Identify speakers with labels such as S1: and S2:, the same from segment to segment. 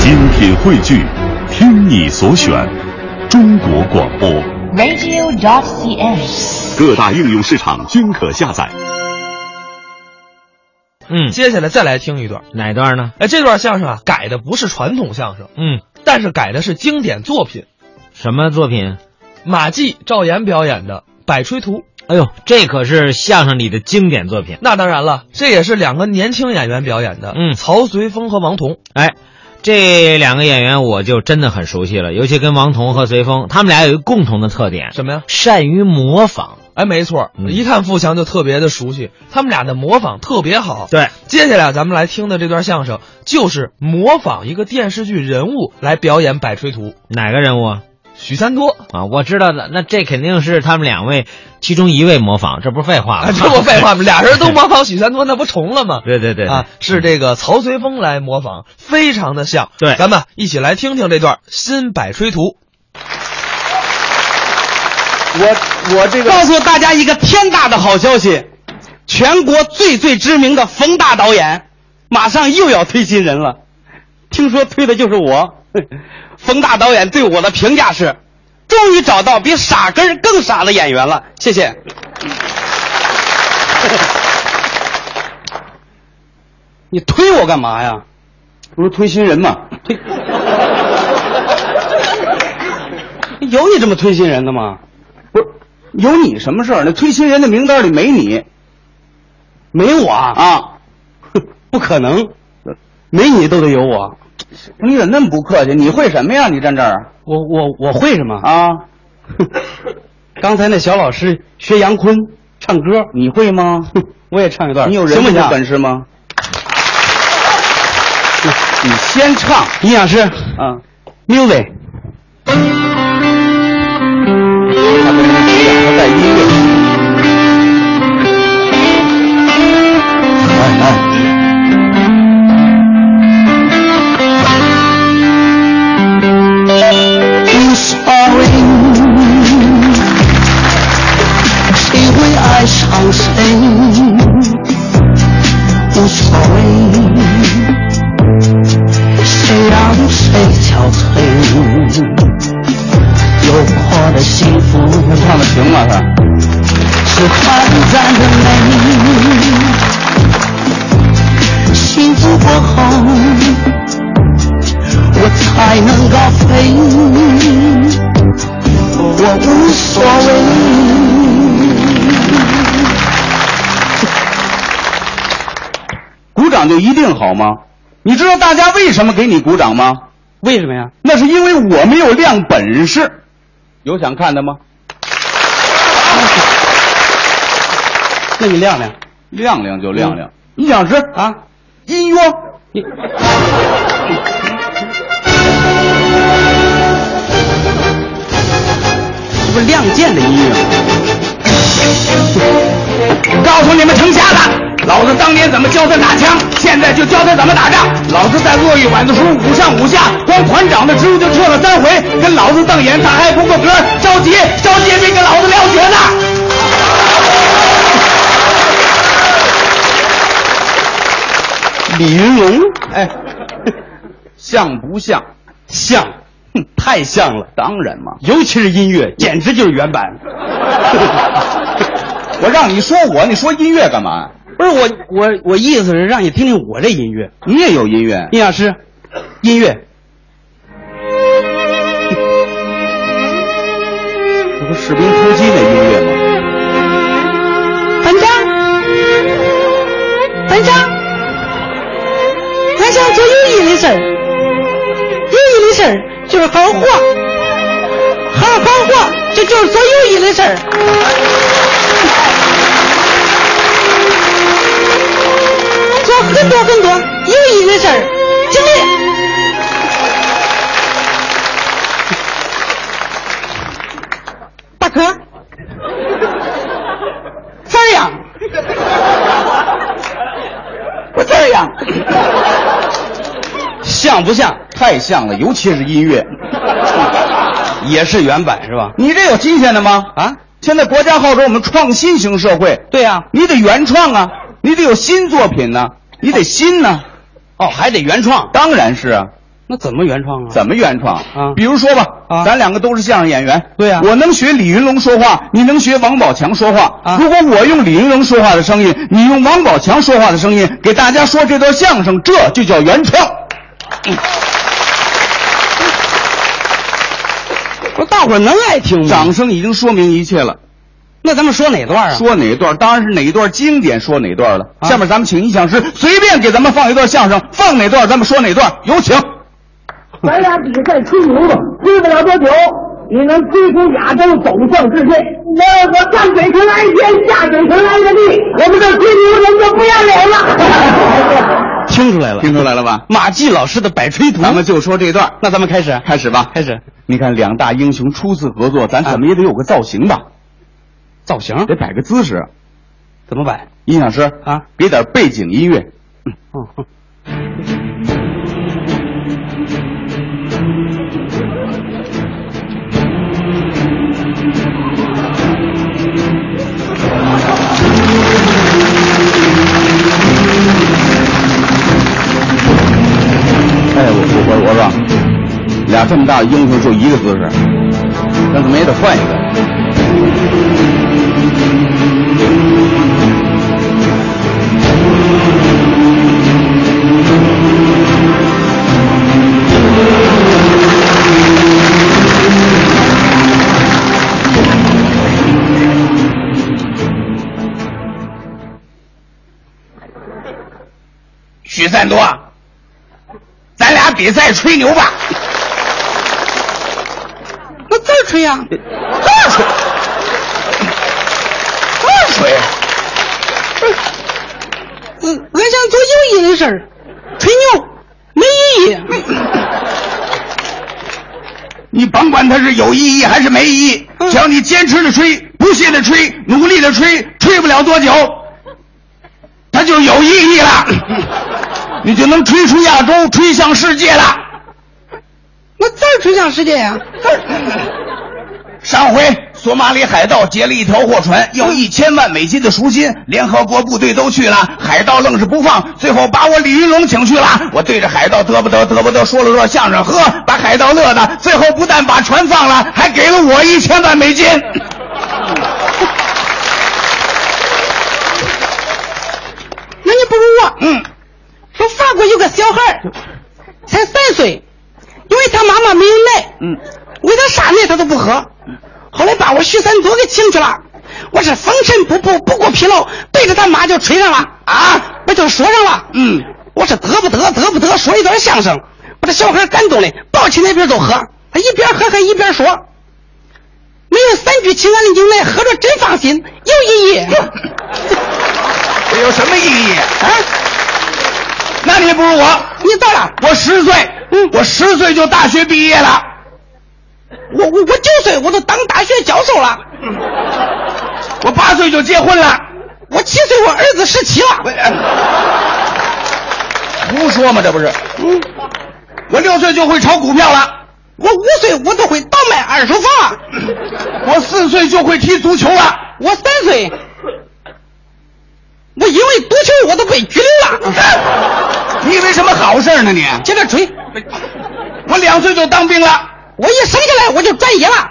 S1: 精品汇聚，听你所选，中国广播。
S2: radio.cn。
S1: 各大应用市场均可下载。
S3: 嗯，
S4: 接下来再来听一段。
S3: 哪段呢？
S4: 哎，这段相声啊，改的不是传统相声，
S3: 嗯，
S4: 但是改的是经典作品，
S3: 什么作品？
S4: 马季、赵岩表演的《百吹图》。
S3: 哎呦，这可是相声里的经典作品。
S4: 那当然了，这也是两个年轻演员表演的，
S3: 嗯
S4: 曹随风和王彤。
S3: 哎，这两个演员我就真的很熟悉了，尤其跟王彤和随风，他们俩有一个共同的特点，
S4: 什么呀？
S3: 善于模仿。
S4: 哎，没错，
S3: 嗯
S4: 一看富强就特别的熟悉，他们俩的模仿特别好。
S3: 对，
S4: 接下来咱们来听的这段相声，就是模仿一个电视剧人物来表演《百吹图》。
S3: 哪个人物啊？
S4: 许三多，
S3: 啊，我知道的，那这肯定是他们两位其中一位模仿，这不是废话
S4: 啊，
S3: 吗？
S4: 这不废话 吗？俩人都模仿许三多，那不重了吗？
S3: 对对对
S4: 啊，，是这个曹随风来模仿，非常的像。
S3: 对
S4: 咱们一起来听听这段新百吹图。
S5: 我我这个告诉大家一个天大的好消息，全国最最知名的冯大导演，马上又要推新人了。听说推的就是我。 冯大导演对我的评价是，终于找到比傻根儿更傻的演员了。谢谢。 你推我干嘛呀？不是推新人吗？推， 有你这么推新人的吗？不是，有你什么事儿？那推新人的名单里没你，没我啊？哼 不可能，没你都得有我。你怎么那么不客气？你会什么呀？你站这儿？我我我会什么啊？刚才那小老师学杨坤 唱歌，你会吗？ 我也唱一段，你有啊人行本事吗？ 你先唱，音响师啊，music。他跟他鼓掌，他带音乐。来来。
S6: 不，sorry，谁会爱上谁？无所谓，谁让谁憔悴？诱惑的幸福，
S5: 唱的平吗？他
S6: 是短暂的美。幸福过后，我才能高飞。我无所谓。
S5: 鼓掌就一定好吗？你知道大家为什么给你鼓掌吗？为什么呀？那是因为我没有亮本事。有想看的吗？那你亮亮，亮亮就亮亮。你想吃啊？音乐。这不是亮剑的音乐吗？告诉你们成瞎子，老子当年怎么教他打枪，现在就教他怎么打仗。老子在落玉碗子书五上五下，光团长的职务就撤了三回，跟老子瞪眼，他还不够格，着急着急没跟老子了决呢。李云龙，哎，像不像？像，哼，太像了。当然嘛，尤其是音乐，简直就是原 版。 我让你说我，你说音乐干嘛？不是我，我我意思是让你听听我这音乐。你也有音乐？音响师，音乐。这不士兵突击那音乐吗？
S6: 班长，班长，俺想做有意义的事儿。有意义的事儿就是好好活，好好活，这就是做有意义的事儿。做很多很多有意义的事儿，尽力。大哥，
S5: 这 样，我这样，像不像？太像了，尤其是音 乐，也是原版是吧？你这有新鲜的吗？啊，现在国家号召我们创新型社会，对呀、你得原创啊，你得有新作品呢、你得新呢、哦，还得原创，当然是啊。
S4: 那怎么原创啊？
S5: 怎么原创
S4: 啊
S5: 比如说吧，
S4: 啊
S5: 咱两个都是相声演员，
S4: 对呀
S5: 我能学李云龙说话，你能学王宝强说话。
S4: 啊
S5: 如果我用李云龙说话的声音，你用王宝强说话的声音，给大家说这段相声，这就叫原创。
S4: 不是大伙儿能爱听吗？
S5: 掌声已经说明一切了，
S4: 那咱们说哪段啊？
S5: 说哪一段当然是哪一段经典说哪一段了。
S4: 啊
S5: 下面咱们请音响师随便给咱们放一段相声，放哪段咱们说哪段，有请。
S6: 咱俩比赛吹牛吧，吹不了多久，你能吹出亚洲走向世界。那我上嘴唇挨天，下嘴唇挨着地，我们这吹牛人就不要脸了。
S4: 听出来了，
S5: 听出来了吧？
S4: 马季老师的《百吹图》。
S5: 咱们就说这段，
S4: 那咱们开始，
S5: 开始吧。
S4: 开始啊
S5: 你看两大英雄初次合作，咱怎么也得有个造型吧？
S4: 造型
S5: 得摆个姿势。
S4: 怎么摆？
S5: 音响师
S4: 啊，
S5: 给点背景音乐，
S4: 嗯，嗯
S5: 哎，我我我我说，俩这么大的英雄就一个姿势，那怎么也得换一个。许三多，咱俩比赛吹牛吧。
S4: 那再吹呀、
S5: 喝水，喝水，
S4: 嗯，俺想做有意义的事儿，吹牛没意义。
S5: 你甭管它是有意义还是没意义，
S4: 嗯
S5: 只要你坚持的吹，不懈的吹，努力的吹，吹不了多久，它就有意义了， 你就能吹出亚洲，吹向世界了。
S4: 那再吹向世界呀、
S5: 上回索马里海盗劫了一条货船，要一千万美金的赎金，联合国部队都去了，海盗愣是不放，最后把我李云龙请去了。我对着海盗嘚啵嘚嘚啵嘚说了段相声，呵，把海盗乐的，最后不但把船放了，还给了我一千万美金。
S4: 那你不如我。
S5: 嗯，
S4: 说法国有个小孩儿才三岁，因为他妈妈没有奶，
S5: 嗯，
S4: 喂他啥奶他都不喝，后来把我许三多给请去了，我是风尘仆仆，不顾疲劳，对着他妈就吹上了啊，我就说上了，
S5: 嗯，
S4: 我是得不得得不得说一段相声，把这小孩感动的抱起那瓶都喝，他一边喝还一边说，没有三聚氰胺的牛奶喝着真放心，有意义
S5: 这 有什么意义？
S4: 啊，
S5: 那你不如我，
S4: 你到了。
S5: 我十岁，嗯，我十岁就大学毕业了。
S4: 我我我九岁我都当大学教授了，
S5: 我八岁就结婚了。哎
S4: 我七岁我儿子十七了，
S5: 胡说嘛，这不是？我六岁就会炒股票了，
S4: 嗯我五岁我都会倒卖二手房了，
S5: 我四岁就会踢足球了。
S4: 我三岁，我因为赌球我都被拘留了。
S5: 你以为什么好事呢你？
S4: 接着吹，
S5: 我两岁就当兵了，
S4: 我一生下来我就专业了。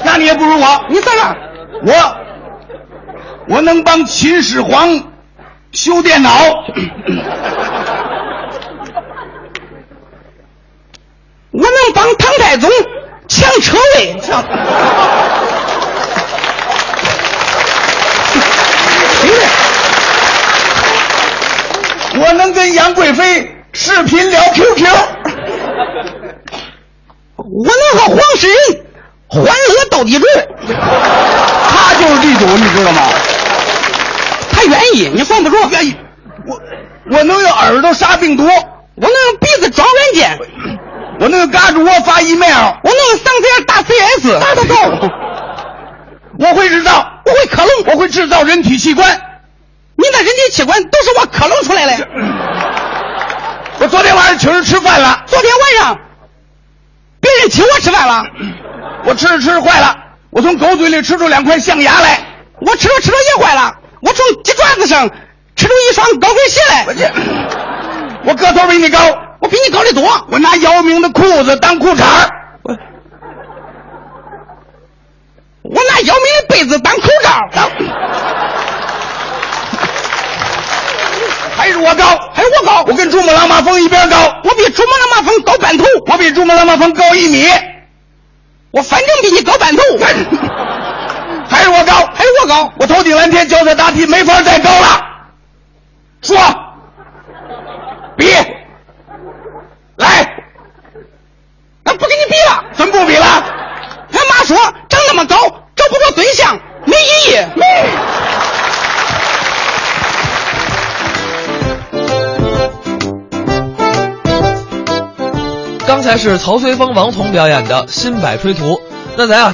S5: 那你也不如我。
S4: 你咋了？
S5: 我我能帮秦始皇修电脑。
S4: 我能帮唐太宗抢车位。
S5: 我能跟杨贵妃视频聊 QQ，
S4: 我能和黄世仁欢乐斗地主，
S5: 他就是地主，你知道吗？
S4: 他愿意，你防不住。
S5: 愿意，我我能用耳朵杀病毒，
S4: 我能用鼻子装软件，
S5: 我能用嘎吱窝发 email，
S4: 我能用嗓子眼打 CS，打得到。
S5: 我会制造，我会克隆，我会制造人体器官。
S4: 你那人体器官都是我克隆出来的。
S5: 我昨天晚上请人吃饭了，
S4: 昨天晚上，别人请我吃饭了，
S5: 我吃着吃着坏了，我从狗嘴里吃出两块象牙来。
S4: 我吃着吃着也坏了，我从鸡爪子上吃出一双高跟鞋来。
S5: 我个头比你高，我比你高得多。我拿姚明的裤子当裤衩儿
S4: 我
S5: 我拿姚明的被子当裤衩儿当。还是我高，还是我高。我跟珠穆朗玛峰一边高，我比珠穆朗玛峰高半头，我比珠穆朗玛峰高一米。我反正比你高半头。 还是我高，还是我高。我头顶蓝天，脚踩大地，没法再高了。说，比，来，那不跟你比了，真不比了。他妈说长那么高，找不着对象，没意义。
S4: 刚才是曹随风、王彤表演的《新柏吹图》。那咱啊，